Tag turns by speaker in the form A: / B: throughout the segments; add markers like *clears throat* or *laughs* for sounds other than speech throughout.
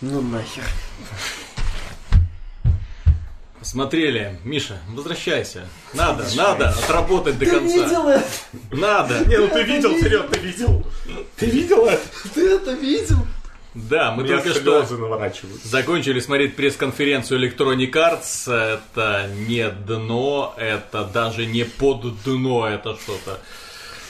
A: Ну нахер.
B: Смотрели. Миша, возвращайся. Надо, надо отработать до
A: Ты
B: конца.
A: видел это?
B: Надо.
C: Не, ну ты видел, Серег, ты видел. Ты видел это?
A: Ты это видел?
B: Да, мы
C: У меня
B: только что
C: слезы наворачиваются.
B: Закончили смотреть пресс-конференцию Electronic Arts. Это не дно, это даже не под дно, это что-то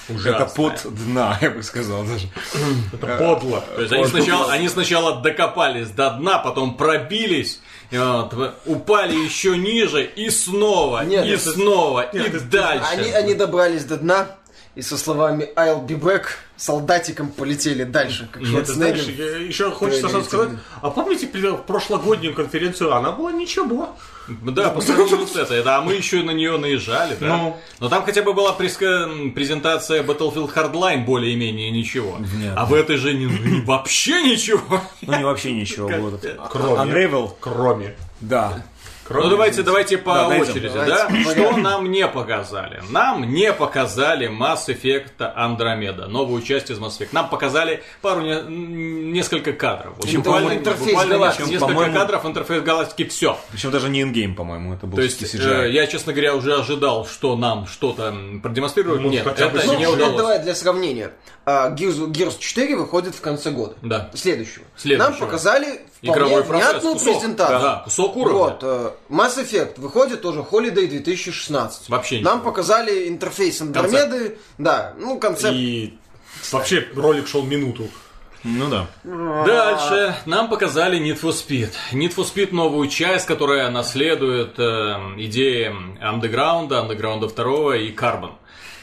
B: ужасное.
D: Это под дна, я бы сказал даже. Э,
C: Это подло.
B: То есть они сначала, они сначала докопались до дна, потом пробились, и вот упали еще ниже, и снова,
A: Нет,
B: и
A: это-
B: снова, и
C: Нет, это-
B: дальше.
A: Они, они добрались до дна и со словами I'll be back солдатиком полетели дальше, как
B: Ну,
C: Это, знаешь,
A: Шварценеггер.
C: я- еще хочется
A: Трейлер
C: сразу сказать,
A: видели.
C: а помните пред- прошлогоднюю конференцию, она была ничего.
B: Ну Да, по сравнению с этой, да, а мы еще на нее наезжали, да.
C: Ну.
B: Но там хотя бы была преска- презентация Battlefield Hardline более-менее ничего.
D: Нет.
B: а в этой же не- не- вообще ничего.
D: Ну, не вообще ничего. Вот.
C: Кроме.
D: А Unravel, Ну,
C: Кроме.
D: да.
C: Кроме.
B: Ну давайте, давайте по
D: Да, дайте.
B: очереди,
A: Давайте.
B: да? Что нам не показали? Нам не показали Mass Effect Andromeda, новую часть из Mass Effect. Нам показали пару не- м, несколько кадров. Вот
D: Чем,
B: буквально
D: по-моему,
A: интерфейс
B: буквально
A: галактики.
B: несколько
D: По-моему-
B: кадров, интерфейс галактики, все.
D: Причем даже не ингейм, по-моему, это был
B: То есть,
D: чисто
B: э,
D: CGI.
B: я, честно говоря, уже ожидал, что нам что-то м, продемонстрируют.
C: Ну,
B: Нет,
C: хотя бы
B: это
C: CGI.
B: не
A: Ну,
B: удалось.
A: давай для сравнения. А, Gears, Gears 4 выходит в конце года.
B: Да.
A: Следующего.
B: Следующего.
A: Нам показали вполне
B: Игровой процесс.
A: внятную
B: кусок.
A: презентацию.
B: Да, кусок уровня.
A: Вот, э, Mass Effect выходит тоже Holiday 2016.
B: Вообще
A: Нам
B: ничего.
A: показали интерфейс Андромеды, да, ну концепт.
C: И вообще ролик шел минуту.
D: Ну да.
B: Дальше нам показали Need for Speed. Need for Speed новую часть, которая наследует э, идеи Андеграунда, Андеграунда 2 и Карбон.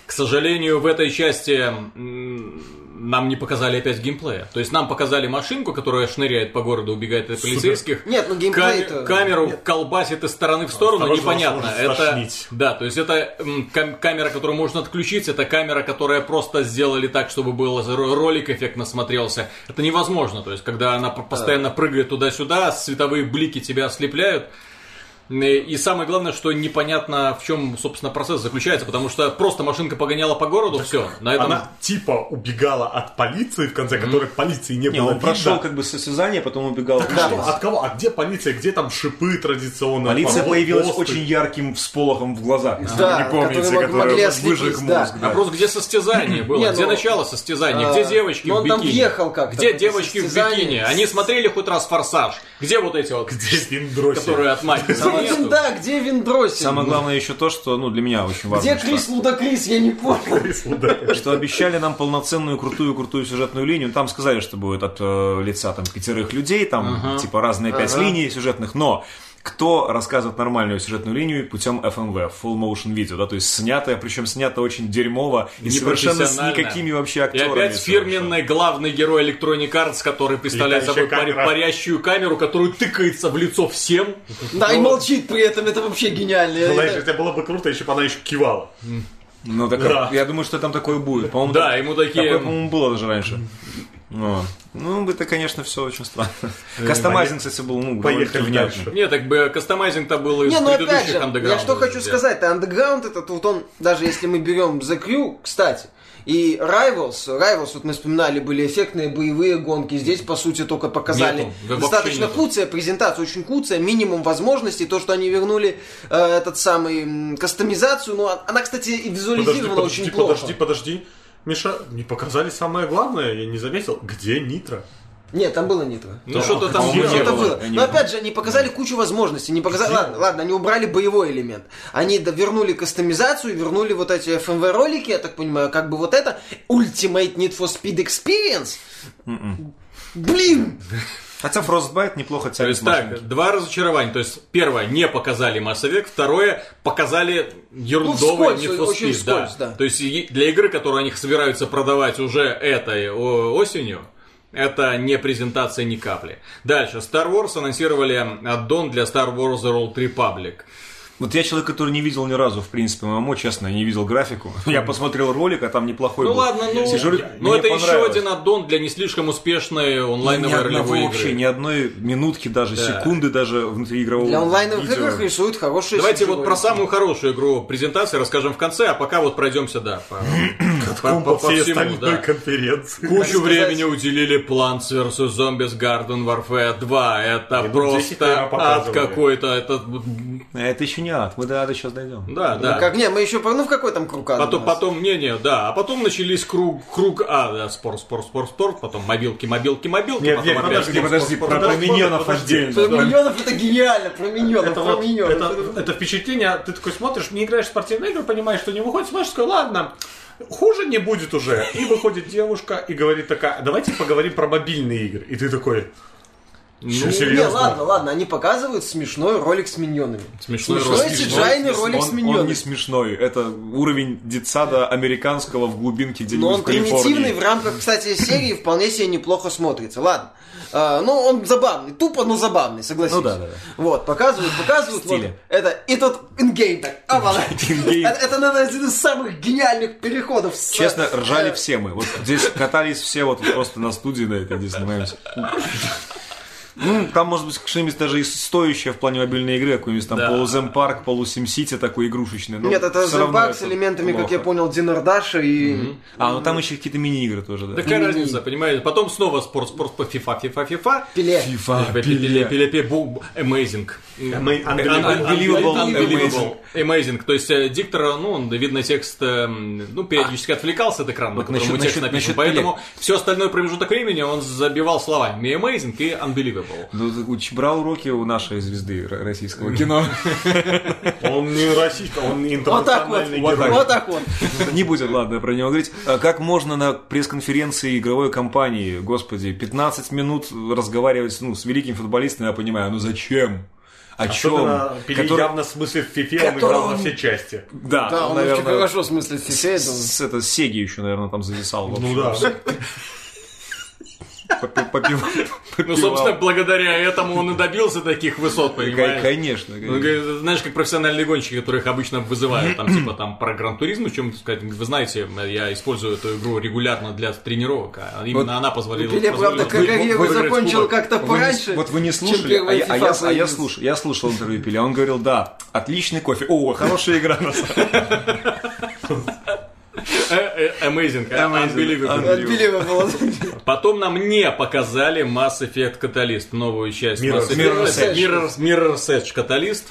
B: К сожалению, в этой части м, нам не показали опять геймплея. То есть нам показали машинку, которая шныряет по городу, убегает от полицейских.
A: Нет, ну геймплей это-
B: Кам- камеру колбасит из стороны в сторону,
C: Осторожно, вас
B: непонятно.
C: может
B: Это,
C: стошнить.
B: да, то есть это м, кам- камера, которую можно отключить, это камера, которая просто сделали так, чтобы был ро- ролик эффектно смотрелся. Это невозможно, то есть когда она п- постоянно прыгает туда-сюда, световые блики тебя ослепляют. Э, И и самое главное, что непонятно, в чем, собственно, процесс заключается, потому что просто машинка погоняла по городу, все. На этом
C: Она типа убегала от полиции, в конце которой полиции не
D: Не,
C: было.
D: он
C: видно.
D: прошел как бы состязание, потом убегал.
C: Да, от кого? А где полиция? Где там шипы традиционно?
D: Полиция
C: Там
D: появилась
C: посты.
D: очень ярким всполохом в глазах, если
A: Да,
D: вы не помните,
A: которые мог-
D: который
A: могли
D: вас выжег
A: ослепить, да.
D: мозг. да.
B: Вопрос, где состязание было,
A: Не,
B: где
A: ну,
B: начало состязания,
A: а,
B: где девочки
A: ну,
B: в
A: он там
B: бикини,
A: въехал как-то,
B: где
A: это
B: девочки в
A: состязание.
B: бикини, они смотрели хоть раз Форсаж, где вот эти вот,
C: Где Виндроси?
B: которые отмахиваются,
A: Где
B: Нету.
A: Винда, где Виндроси?
D: Самое главное еще то, что ну, для меня очень важно,
A: Где
D: что-
A: Крис Лудокрис, я не понял.
D: что, обещали нам полноценную, крутую, крутую сюжетную линию. Там сказали, что будет от э, лица там, пятерых людей, там типа разные пять линий сюжетных, но кто рассказывает нормальную сюжетную линию путем FMV, full motion video, да, то есть снятое, причем снято очень дерьмово и совершенно с
B: Непрофессионально.
D: никакими вообще
B: И
D: актерами.
B: опять
D: совершенно.
B: фирменный главный герой Electronic Arts, который представляет
C: Летающая
B: собой пари-
C: камера.
B: парящую камеру, которую тыкается в лицо
C: *laughs*
B: всем.
A: Да, и молчит при этом, это вообще гениально.
C: Знаешь,
A: Это-
C: это было бы круто, если бы она еще кивала.
D: Ну, так,
C: Да.
D: я думаю, что там такое будет. По-моему,
B: Да,
D: так-
B: ему такие-
D: Такое, по-моему, было даже раньше. Вот. Ну, это, конечно, все очень странно.
B: Э,
D: Кастомайзинг, кстати, был, ну, довольно-таки
C: Поехали
D: внятный.
C: дальше.
B: Нет, так бы кастомайзинг-то был из
A: Не, ну опять
B: предыдущих
A: же, я
B: андеграундов.
A: что хочу
B: друзья.
A: сказать-то, андеграунд этот, вот он, даже если мы берем The Crew, кстати, и Rivals, Rivals, вот мы вспоминали, были эффектные боевые гонки, здесь, по сути, только показали
B: Нету, да вообще
A: достаточно
B: нету.
A: куцая презентация, очень куцая, минимум возможностей, то, что они вернули э, этот самый, м, кастомизацию, но она, кстати, и
C: Подожди,
A: визуализирована очень
C: подожди,
A: плохо.
C: подожди, подожди. Миша, не показали самое главное, я не заметил, где Нитро?
A: Нет, там было не то.
B: Ну что-то там
D: где
B: было.
D: не
A: Это
D: было.
A: было.
D: Они-
A: Но опять же, они показали кучу возможностей. Не показали. Ладно, ладно, они убрали боевой элемент. Они да- вернули кастомизацию, вернули вот эти FMV ролики, я так понимаю, как бы вот это Ultimate Need for Speed Experience.
B: М-м.
A: Блин!
D: Хотя Frostbite неплохо
B: То
D: тянет
B: есть так,
D: машинки.
B: два разочарования. То есть, первое, не показали Mass Effect, второе, показали ерундовый
A: Ну, вскользь,
B: Need for
A: очень
B: Speed,
A: вскользь, да.
B: То есть, и для игры, которую они собираются продавать уже этой о, осенью, это не презентация ни капли. Дальше, Star Wars анонсировали аддон для Star Wars The Old Republic.
D: Вот я человек, который не видел ни разу, в принципе, ММО, честно, я не видел графику. *laughs* Я посмотрел ролик, а там неплохой
B: Ну
D: был.
B: ладно, ну,
D: Сюжет
B: ну
D: мне
B: это еще
D: понравилось.
B: один аддон для не слишком успешной
D: Ни
B: онлайновой
D: одного
B: ролевой
D: вообще,
B: игры.
D: ни одной минутки даже, секунды даже внутриигрового
A: Для онлайновых
D: видео.
A: игр рисуют хорошие
B: Давайте вот
A: CGI.
D: *clears throat*
B: про самую хорошую игру презентации расскажем в конце, а пока вот пройдемся, да, по
C: Ком по, всей
B: всему,
C: остальной
B: да.
C: конференции.
B: Кучу
A: сказать-
B: времени уделили Plants vs. Zombies Garden Warfare 2. Это
C: Минут 10,
B: просто
C: наверное,
B: ад
C: показывали.
B: какой-то. Это...
D: А Это еще не ад, мы до ада сейчас дойдем.
B: Да, да.
A: Ну, как, не, мы еще, про- ну в какой там круг ада
B: Потом,
A: у нас?
B: потом, не, не, да, а потом начались круг, круг А, да, спор, спор, спор, спор, потом мобилки, мобилки, мобилки,
C: Нет,
B: потом
C: нет,
B: опять
C: подожди,
B: спор,
D: подожди,
B: спор,
D: про,
B: спор.
D: про
C: подожди,
D: миньонов
C: подожди.
A: Про
D: отдельно. да.
A: миньонов это гениально, про миньонов,
C: Это,
A: про
C: вот-
A: миньонов.
B: Ну,
C: это- это впечатление, ты такой смотришь, не играешь в спортивную игру, понимаешь, что не выходит, смотришь, такой, ладно, хуже не будет уже. И выходит девушка и говорит такая, давайте поговорим про мобильные игры. И ты такой,
B: Ну,
C: ну,
A: Не,
C: серьезно?
A: ладно, ладно, они показывают смешной ролик с миньонами.
B: Смешной
A: Смешной
B: ролик. Ну,
A: сиджайный ролик с
D: он, он
A: миньонами.
D: не смешной, это уровень детсада американского в глубинке
A: Но
D: где-нибудь
A: Ну, он
D: в Калифорнии.
A: примитивный в рамках, кстати, серии вполне себе неплохо смотрится. Ладно. А, ну, он забавный, тупо, но забавный, согласись.
D: Ну да, да, да.
A: Вот, показывают, показывают. вот
D: Стиле.
A: это, и тут ингейм так, обана.
D: *laughs* Ингейм.
A: Это, это, наверное, один из самых гениальных переходов. с-
D: Честно, ржали
A: э,
D: все мы. Вот здесь катались все вот просто на студии на этой, где снимаемся. Ну, там, может быть, что-нибудь даже и стоящее в плане мобильной игры, какой-нибудь там
B: Да.
D: полуземпарк, полусимсити такой игрушечный. но
A: Нет, это
D: всё равно
A: Зенбак с
D: это
A: элементами, как
D: плохо.
A: я понял, Динардаша и...
D: А, ну там еще какие-то мини-игры тоже, да.
B: Да какая разница, понимаете? Потом снова спорт, спорт по FIFA, FIFA, FIFA.
A: Пеле.
D: FIFA,
B: Пеле, пеле, пеле, пеле, бу- Amazing.
C: Ama-
B: Un- un-
D: Unbelievable,
B: unbelievable. Amazing. То есть э, диктор, ну, он, видно, текст, эм, ну, периодически отвлекался от экрана, на
D: А, Вот
B: котором
D: насчет-
B: ему текст
D: насчет-
B: написан.
D: насчет
B: Поэтому все остальное промежуток времени он забивал словами Amazing и Unbelievable.
D: Ну, ты уч- брал уроки у нашей звезды р- российского кино.
C: Он не расист, он
A: Вот так вот,
C: интернациональный
A: вот,
C: герой.
A: вот так вот.
D: *laughs* Не будем, ладно, про него говорить. А Как можно на пресс-конференции игровой компании, господи, 15 минут разговаривать ну, с великим футболистом, я понимаю, ну зачем? О
C: Особенно
D: чем?
C: Пеле
D: Который-
C: явно в смысле в фифе он играл во все части.
D: Да,
A: Да,
D: он,
A: он очень
D: А, ну, наверное,
A: хорошо смыслит фифе.
D: с, это, с Сеги еще, наверное, там зависал. в общем.
C: Ну да.
D: Попи- попивал-
B: Ну,
D: попивал.
B: собственно, благодаря этому он и добился таких высот,
D: Кон-
B: понимаешь?
D: Конечно,
B: Ну,
D: конечно.
B: г- знаешь, как профессиональные гонщики, которых обычно вызывают, там, типа, там, про гран-туризм, чем сказать, вы знаете, я использую эту игру регулярно для тренировок, а именно
D: Вот.
B: она позволила...
A: Пеле, правда,
B: позволила-
A: карьеру
D: выиграть
A: закончил
D: кубок.
A: как-то
D: Вы не-
A: пораньше.
D: вот вы не
A: чем
D: слушали, а
A: первая
D: я, а
A: FIFA
D: я- а я
A: появилась.
D: слушал, я слушал интервью Пеле, он говорил, да, отличный кофе, о, хорошая игра на самом деле.
B: Э, э, Amazing, unbelievable.
A: Unbelievable.
B: Потом нам не показали Mass Effect Catalyst, новую часть
C: Mirror's
B: Mass Effect.
D: Mirror's
A: Edge.
B: Mirror's- Mirror's Edge Catalyst.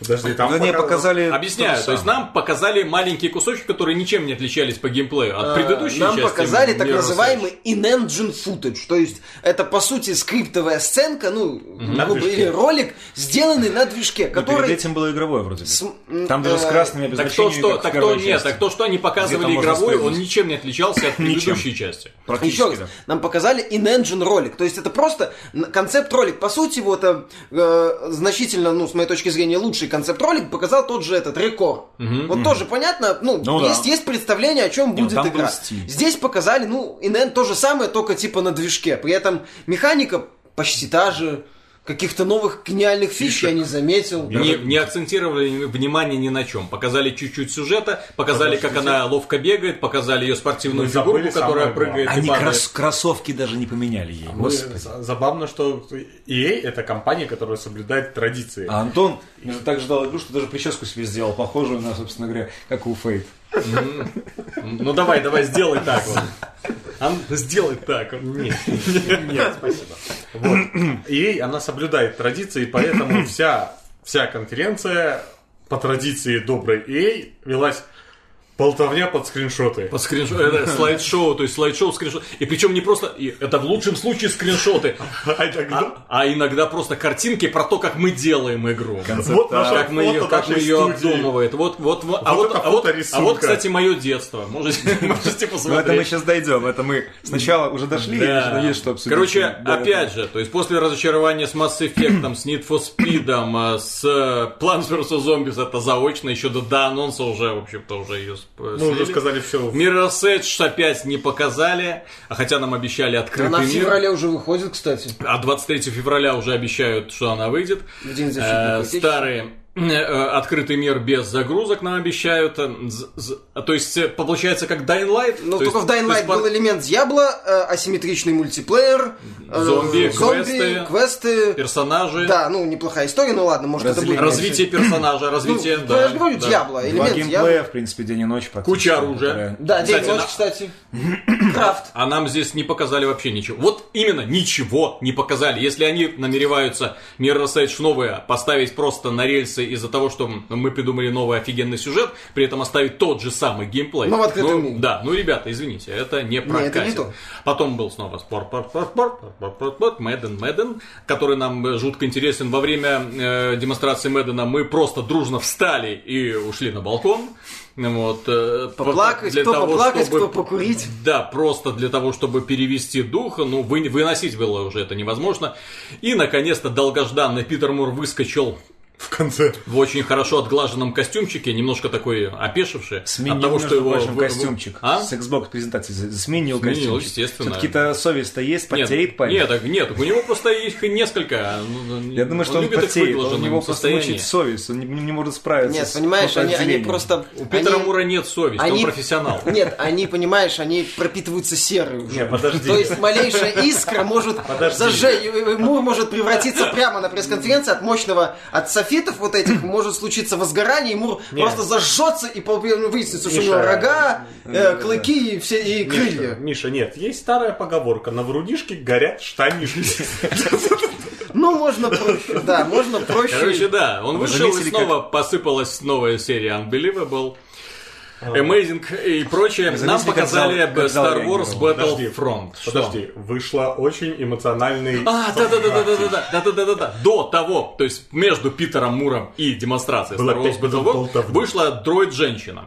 C: Подожди, там
D: Мне
C: показывают.
D: показали...
B: Объясняю,
D: же
B: то есть
D: самое.
B: нам показали маленькие кусочки, которые ничем не отличались по геймплею от А предыдущей
A: А, Нам
B: части.
A: показали так
B: Mirror's Edge.
A: называемый in-engine footage, то есть это по сути скриптовая сценка, ну грубо
C: движке.
A: или ролик, сделанный на движке,
D: Ну,
A: который
D: Перед этим было игровое вроде бы.
A: С- м,
D: Там даже с
A: э,
D: красными
B: Так то,
D: обозначениями,
B: что,
D: как в
B: так то,
D: первой
B: нет,
D: части.
B: так то, что они
D: Где-то
B: показывали
D: можно
B: игровой, он
D: спрыгнуть.
B: ничем не отличался от
D: Ничем.
B: предыдущей части.
D: Практически,
A: Еще раз,
D: да.
A: нам показали in-engine ролик. То есть это просто н- концепт-ролик. По сути, вот э, э, значительно, ну, с моей точки зрения, лучший концепт-ролик показал тот же этот рекорд. Вот тоже понятно, ну,
D: Ну да.
A: есть, есть представление, о чем
D: ну,
A: будет
D: там был
A: игра.
D: стиль.
A: Здесь показали, ну, in-end то же самое, только типа на движке. При этом механика почти та же. Каких-то новых гениальных фич я не заметил.
B: Не, не акцентировали внимание ни на чем. Показали чуть-чуть сюжета, показали, как она ловко бегает, показали ее спортивную
C: Мы
B: фигурку,
C: забыли
B: которая
C: самое главное.
B: прыгает и
D: Они
B: падает.
D: крос- кроссовки даже не поменяли ей.
C: Ну, за- Забавно, что EA это компания, которая соблюдает традиции.
D: А Антон между так ждал игру, что даже прическу себе сделал, похожую на, собственно говоря, как у Фейт.
B: Ну давай, давай, сделай так вот. Ан- Сделай так. вот. Нет.
C: Нет, спасибо. Вот. EA, она соблюдает традиции, поэтому вся, вся конференция по традиции доброй EA велась болтовня под скриншоты.
B: По скринш- это слайд-шоу, то есть слайд-шоу, скриншот. И причем не просто... и это в лучшем случае скриншоты.
C: А иногда-
B: А, а иногда просто картинки про то, как мы делаем игру.
C: Вот наша
B: как мы ее,
C: фото
B: как мы
C: нашей
B: ее
C: студии.
B: обдумывает. Вот, вот, вот, а,
C: Вот
B: вот,
C: это
B: а, вот,
C: фоторисунка.
B: а вот, кстати, мое детство. Можете, *laughs* можете
D: Но Ну, это мы
B: посмотреть.
D: сейчас дойдем. Это мы сначала уже дошли,
B: Ну, Да.
D: конечно, есть что обсудить.
B: Короче,
D: Да,
B: опять же, то есть после разочарования с Mass Effect, с Need for Speed, э, с э, Plants vs. Zombies, это заочно, еще до, до анонса уже, в общем-то, уже э, ее
C: Ну, уже сказали все.
B: Mirror's Edge опять не показали, а хотя нам обещали открытый
A: Она в
B: мир.
A: феврале уже выходит, кстати.
B: А 23 февраля уже обещают, что она выйдет.
A: В День защитника
B: Э,
A: Отечества.
B: Старые Открытый мир без загрузок нам обещают. З- з- а То есть, получается, как Dying Light.
A: Ну,
B: то
A: только
B: есть,
A: в Dying Light
B: бесплат-
A: был элемент Дьябла, э, асимметричный мультиплеер, э,
B: Зомби,
A: зомби,
B: квесты.
A: квесты.
B: Персонажи.
A: Да, ну, неплохая история, ну ладно, может, это
E: Разве-
A: будет...
B: Развитие персонажа,
A: Ну,
B: развитие... да,
A: я же говорю,
B: да.
A: Дьябла,
D: Два
A: элемент Дьябла.
D: геймплея, в принципе, день и ночь. практически,
B: Куча оружия.
D: которая-
A: Да, день
B: Кстати,
A: ночь,
B: на-
A: кстати. Крафт.
B: А нам здесь не показали вообще ничего. Вот именно ничего не показали. Если они намереваются Mirror's Edge новое а поставить просто на рельсы из-за того, что м, мы придумали новый офигенный сюжет, при этом оставить тот же самый геймплей.
A: Но в открытом
B: ну,
A: мире.
B: Да, ну, ребята, извините, это не прокатит.
A: это не то.
B: Потом был снова спор, пор, пор, пор, пор, пор, пор, пор, Мэдден, Мэдден, который нам э, жутко интересен. Во время э, демонстрации Мэддена мы просто дружно встали и ушли на балкон. Вот, э,
A: Поплакать,
B: для
A: кто
B: того,
A: поплакать, кто
B: чтобы-
A: покурить.
B: да, просто для того, чтобы перевести дух, ну, вы- выносить было уже это невозможно. И, наконец-то, долгожданный Питер Мур выскочил
C: в конце.
B: в очень хорошо отглаженном костюмчике, немножко такой опешивший.
D: Сменил,
B: от того, что
D: между
B: его...
D: прочим,
B: вы- вы-
D: костюмчик.
B: А?
D: С Xbox презентации за- сменил,
B: Сменил,
D: костюмчик.
B: естественно.
D: Все-таки-то совесть-то есть,
B: Нет,
D: потеет парень.
B: Нет, так- нет, так у него просто их несколько. Ну,
D: Я думаю, что он,
B: любит их в
D: потеет, он у
B: выглаженном
D: него просто
B: состоянии.
D: мучает совесть, он не, не может справиться
A: Нет,
D: с
A: понимаешь, они, они
D: потоотделением.
A: просто...
B: У Питера
A: они-
B: Мура нет совести,
A: они-
B: он профессионал.
A: Нет, они, понимаешь, они пропитываются серой уже.
E: Нет, подожди.
A: То есть малейшая искра может зажечь, Мур может превратиться прямо на пресс-конференции от мощного, от софитов вот
B: *clears throat*
A: этих, может случиться возгорание, и Мур просто зажжется и по- выяснится, что у него
C: Миша,
A: рога, э, клыки и все и
C: Миша,
A: крылья.
C: Миша, нет, есть старая поговорка. На врунишке горят штанишки.
A: Ну, можно проще, да, можно
B: Короче,
A: проще.
B: да, он вышел и
D: заметили,
B: снова посыпалась новая серия Unbelievable. Amazing и прочее. Нам
D: А. заметили, как
B: показали
D: зал- как зал
B: Star Wars
D: реагировал?
B: Battlefront. Что?
C: Подожди, вышла очень эмоциональный...
B: А, да, да, да, да, да, да, да, да, да, да, да. До того, то есть между Питером Муром и демонстрацией
C: Было
B: Star
C: пять
B: Wars
C: минут
B: Battlefront
C: болтовни.
B: вышла дроид-женщина.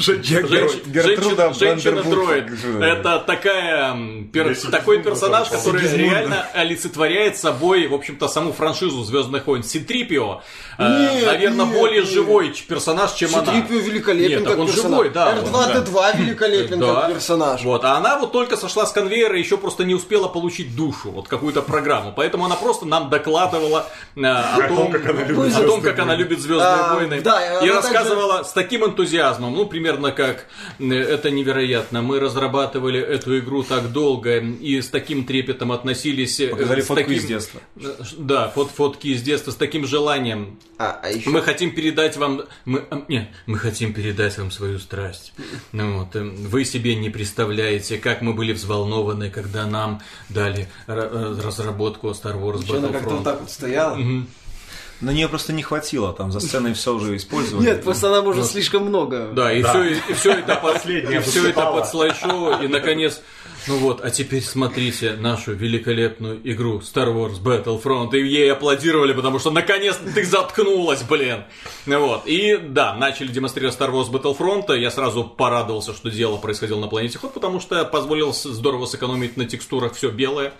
B: Женщ- женщина-
D: Гертруда
B: Женщина-дроид.
D: Вандербург.
B: Это такая, м, пер-
C: Для Сигизмунда
B: такой персонаж,
C: такого.
B: который
D: Сигизмунда.
B: реально олицетворяет собой, в общем-то, саму франшизу Звездных войн. Ситрипио,
A: Нет,
B: наверное,
A: нет,
B: более
A: нет.
B: живой ч- персонаж, чем она.
A: Ситрипио великолепен
B: Нет,
A: как
B: так он
A: персонаж.
B: живой, да. он, да.
A: R2-D2 великолепен
B: Да.
A: как персонаж.
B: Вот, а она вот только сошла с конвейера, еще просто не успела получить душу, вот какую-то программу. Поэтому она просто нам докладывала э, о том,
C: как она любит
B: о том,
C: «Звездные
B: как она любит «Звездные
A: А,
B: войны».
A: да, и
B: и
A: она
B: рассказывала с таким энтузиазмом, ну, примерно как э, «Это невероятно, мы разрабатывали эту игру так долго и с таким трепетом относились». э,
D: Показали
B: с
D: фотку
B: таким-
D: из детства.
B: Э, Да, фот- фотки из детства с таким желанием.
A: А, а еще
B: Мы хотим передать вам... Мы, а, не, мы хотим передать вам свою страсть. Ну вот, эм, вы себе не представляете, как мы были взволнованы, когда нам дали ра- э, разработку Star Wars
A: она как-то вот
B: Battlefront.
A: так вот стояла.
D: На нее просто не хватило, там за сценой все уже использовали.
A: Нет, просто она уже слишком много.
B: Да, и, Все, и, все это последнее, и
C: Последняя
B: все это
C: выступала.
B: под слайд-шоу, и наконец... Ну вот, а теперь смотрите нашу великолепную игру Star Wars Battlefront. И ей аплодировали, потому что наконец-то ты заткнулась, блин. Ну Вот. И да, начали демонстрировать Star Wars Battlefront. Я сразу порадовался, что дело происходило на планете Ход, потому что позволил с- здорово сэкономить на текстурах все белое.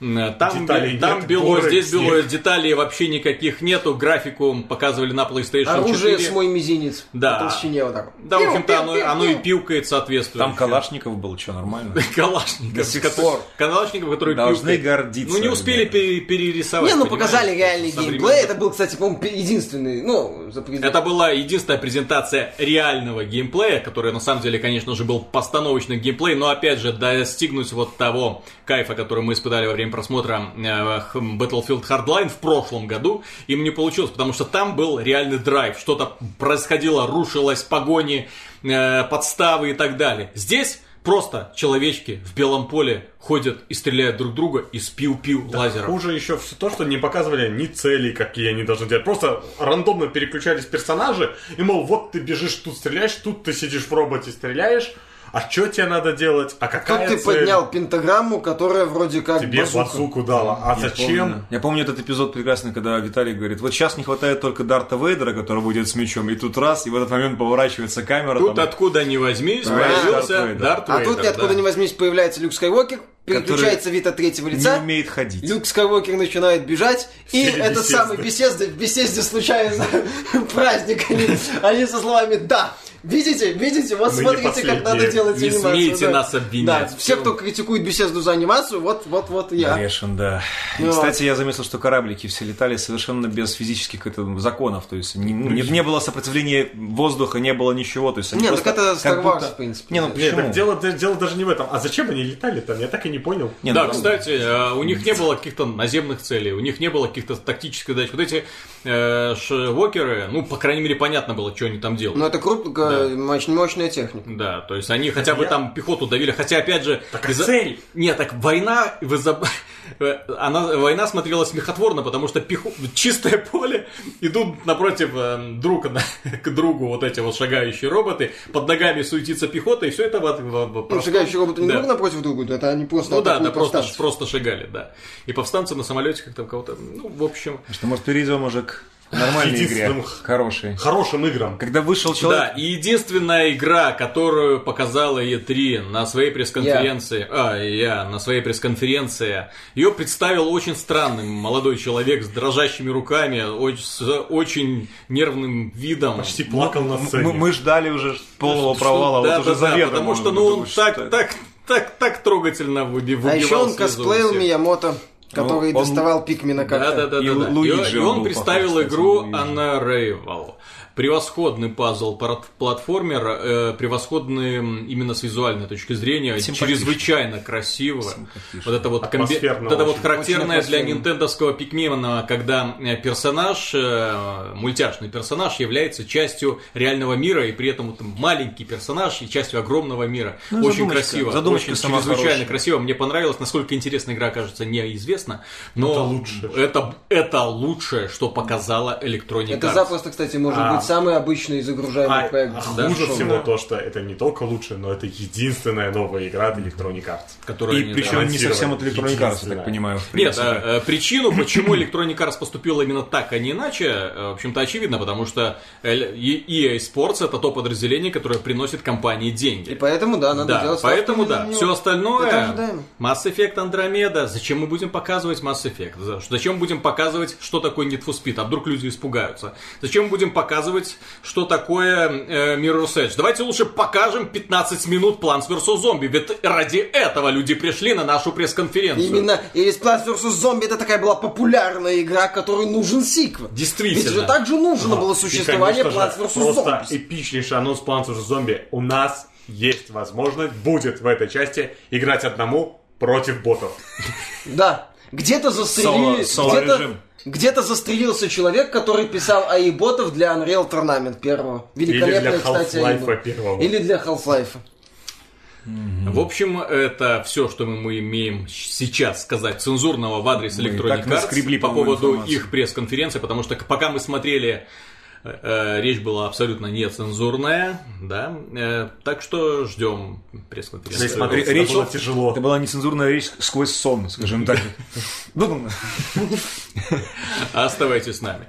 B: М, Там,
C: Деталей
B: бе- там
C: нет,
B: белое,
C: горы,
B: здесь
C: снег.
B: белое, деталей вообще никаких нету. Графику показывали на PlayStation 4.
A: Оружие с мой мизинец.
B: Да.
A: По толщине вот так. вот.
B: Да, в общем-то, оно, оно и пилкает соответствующе.
D: Там Калашников был, что, нормально?
B: *laughs* Калашников.
D: До сих
B: который-
D: пор.
B: Калашников, который
D: Должны
B: пилкает.
D: гордиться,
B: Ну, не успели
D: ребята.
B: пере- перерисовать.
A: Не, ну
B: понимаешь?
A: показали реальный
B: Со временем.
A: геймплей. Это был, кстати, по-моему, пе- единственный, ну, за пределами.
B: Это была единственная презентация реального геймплея, который на самом деле, конечно же, был постановочный геймплей, но опять же, достигнуть вот того кайфа, который мы испытали во время просмотра э, х- Battlefield Hardline в прошлом году, им не получилось, потому что там был реальный драйв, что-то происходило, рушилось, погони, э, подставы и так далее. Здесь просто человечки в белом поле ходят и стреляют друг друга из пиу-пиу лазеров.
C: Хуже еще все то, что не показывали ни целей, какие они должны делать. Просто рандомно переключались персонажи, и мол, вот ты бежишь, тут стреляешь, тут ты сидишь в роботе, стреляешь. А что тебе надо делать? А
A: Тут
C: какая
A: ты
C: цель?
A: поднял пентаграмму, которая вроде как
C: Тебе
A: базука.
C: базуку дала. А
D: Я
C: зачем?
D: помню. Я помню этот эпизод прекрасный, когда Виталий говорит, вот сейчас не хватает только Дарта Вейдера, который будет с мечом, и тут раз, и в этот момент поворачивается камера.
B: Тут
D: там,
B: откуда ни возьмись,
D: Да, Дарт
B: появился
D: Вейдер.
B: Дарт
A: А
B: Вейдер.
A: тут ниоткуда
B: да.
A: ни возьмись появляется Люк Скайуокер, переключается вид от третьего лица.
D: Не умеет ходить.
A: Люк Скайуокер начинает бежать, и
C: Среди
A: этот
C: Бесезды.
A: *laughs* самый беседа, в беседе случайно праздник. Они, они со словами «Да, Видите, видите, вот
C: Мы не
A: смотрите, как
C: последние.
A: надо делать
B: Не
A: анимацию.
B: смейте
A: да.
B: нас обвинять.
A: Да, все, кто критикует беседу за анимацию, вот, вот, вот я.
D: Решен, да. И,
A: Ну,
D: кстати, я заметил, что кораблики все летали совершенно без физических это, ну, законов. То есть не, ну, не- не было сопротивления воздуха, не было ничего. То есть они
A: Не, так
D: просто
A: это
D: как
A: Star
D: будто-
A: Wars, в принципе.
D: Не, ну
A: Да.
C: Нет,
D: почему?
C: так дело, да- дело даже не в этом. А зачем они летали там? Я так и не понял.
D: Не,
B: да,
D: ну,
B: кстати, э, у них не было каких-то наземных целей, у них не было каких-то тактических задач. Вот эти э, швокеры, ну, по крайней мере, понятно было, что они там делают.
A: Но это крупная, очень мощная техника.
B: Да, то есть они хотя бы
C: Я-
B: там пехоту давили, хотя опять же...
C: Так а цель?
B: Нет, так война... в изоб- э, Она, война смотрелась смехотворно, потому что пехо... чистое поле идут напротив э, друг на- к другу вот эти вот шагающие роботы, под ногами суетится пехота, и все это... Вот,
A: Ну, шагающие роботы не
B: Да.
A: друг напротив друга, это они просто
B: Ну да,
A: атакуют
B: да, просто,
A: повстанцев.
B: просто шагали, да. И повстанцы на самолете как-то кого-то... Ну, в общем...
D: Что, может, перейдем уже к нормальной игре.
C: Единственным х-
D: Хорошей.
C: Хорошим играм.
D: Когда вышел
B: Да,
D: человек...
B: и единственная игра, которую показала E3 на своей пресс-конференции, а, я на своей пресс-конференции, ее представил очень странным молодой человек с дрожащими руками, оч- с очень нервным видом.
C: Почти плакал на сцене.
D: Мы, мы ждали уже полного провала,
B: Да,
D: вот уже
B: да, да,
D: заведомо.
B: потому что,
D: уже
B: ну, он
D: думаешь,
B: так,
D: что-
B: так, так, так трогательно выби- выбивал
A: А еще он
B: слезы у
A: косплеил
B: всех. Ну,
A: Миямото, который
D: он-
A: доставал Пикмена
B: Да,
A: как-то.
B: да, да,
D: И
B: да, да.
D: Лу- Луиджи
B: и,
D: он
B: он
D: был
B: представил
D: похож, кстати,
B: игру
D: на Луиджи.
B: Unravel. Превосходный пазл пар- платформер, э, превосходный м, именно с визуальной точки зрения,
D: Симпатично.
B: чрезвычайно красиво. Вот это вот, комбе-
C: Атмосферно
B: вот это вот
C: очень.
B: характерное
A: Очень
B: для
A: атмосферно.
B: нинтендовского пикмена, когда э, персонаж, э, мультяшный персонаж является частью реального мира, и при этом вот маленький персонаж и частью огромного мира.
D: Ну,
B: очень
D: задумочка.
B: красиво,
D: Задумочка
B: очень
D: сама
B: чрезвычайно
D: хорошая.
B: красиво. Мне понравилось, насколько интересная игра окажется, неизвестно. Но
C: Это лучше.
B: Это, это лучшее, что показала Electronic
A: Это
B: Arts.
A: запросто, кстати, может
C: А.
A: быть самый обычный загружаемый
C: А,
A: проект.
C: а
A: Да,
C: хуже
A: шоу.
C: всего то, что это не только лучшее, но это единственная новая игра от Electronic Arts.
B: которое они
D: И причем не
C: анонсировали.
D: совсем от Electronic Arts, я
C: Единственное.
D: так понимаю. в
B: Нет,
D: принципе.
B: э, э, причину, почему Electronic Arts поступила именно так, а не иначе, э, в общем-то, очевидно, потому что Л- E- EA Sports это то подразделение, которое приносит компании деньги.
A: И поэтому, да, надо
B: да,
A: делать ставку
B: поэтому
A: на
B: да.
A: него.
B: Все остальное.
A: Это ожидаемо.
B: Mass Effect Andromeda. Зачем мы будем показывать Mass Effect? За- Зачем будем показывать, что такое Need for Speed? А вдруг люди испугаются? Зачем мы будем показывать, что такое э, Mirror's Edge? Давайте лучше покажем 15 минут Plants vs. Zombie. Ведь ради этого люди пришли на нашу пресс-конференцию.
A: Именно или Plants vs. Zombie это такая была популярная игра, которой нужен сиквел.
B: Действительно.
A: Ведь же так же нужно было существование
C: И, конечно
A: Plants
C: же,
A: vs.
C: Просто
A: Zombie.
C: эпичнейший анонс Plants vs. Zombie. У нас есть возможность, будет в этой части, играть одному против ботов.
A: Да. Где-то застрелили...
D: Соло- соло
A: где-то,
D: режим.
A: где-то застрелился человек, который писал AI-ботов для Unreal Tournament первого. Великолепная,
C: Или для
A: кстати,
C: Half-Life
A: AI-бот.
C: первого.
A: Или для Half-Life.
B: В общем, это все, что мы- мы имеем щ- сейчас сказать цензурного в адрес
D: Мы и
B: Electronic
D: так
B: Arts
D: наскребли,
B: по
D: по-моему,
B: поводу
D: информации.
B: их пресс-конференции, потому что к- пока мы смотрели, э, э, речь была абсолютно нецензурная, да, э, так что ждем пресс-конференции.
C: Здесь смотри,
D: Ре- речь-
C: было тяжело.
D: Это была нецензурная речь сквозь сон, скажем так. Ну, ну,
B: Оставайтесь с нами.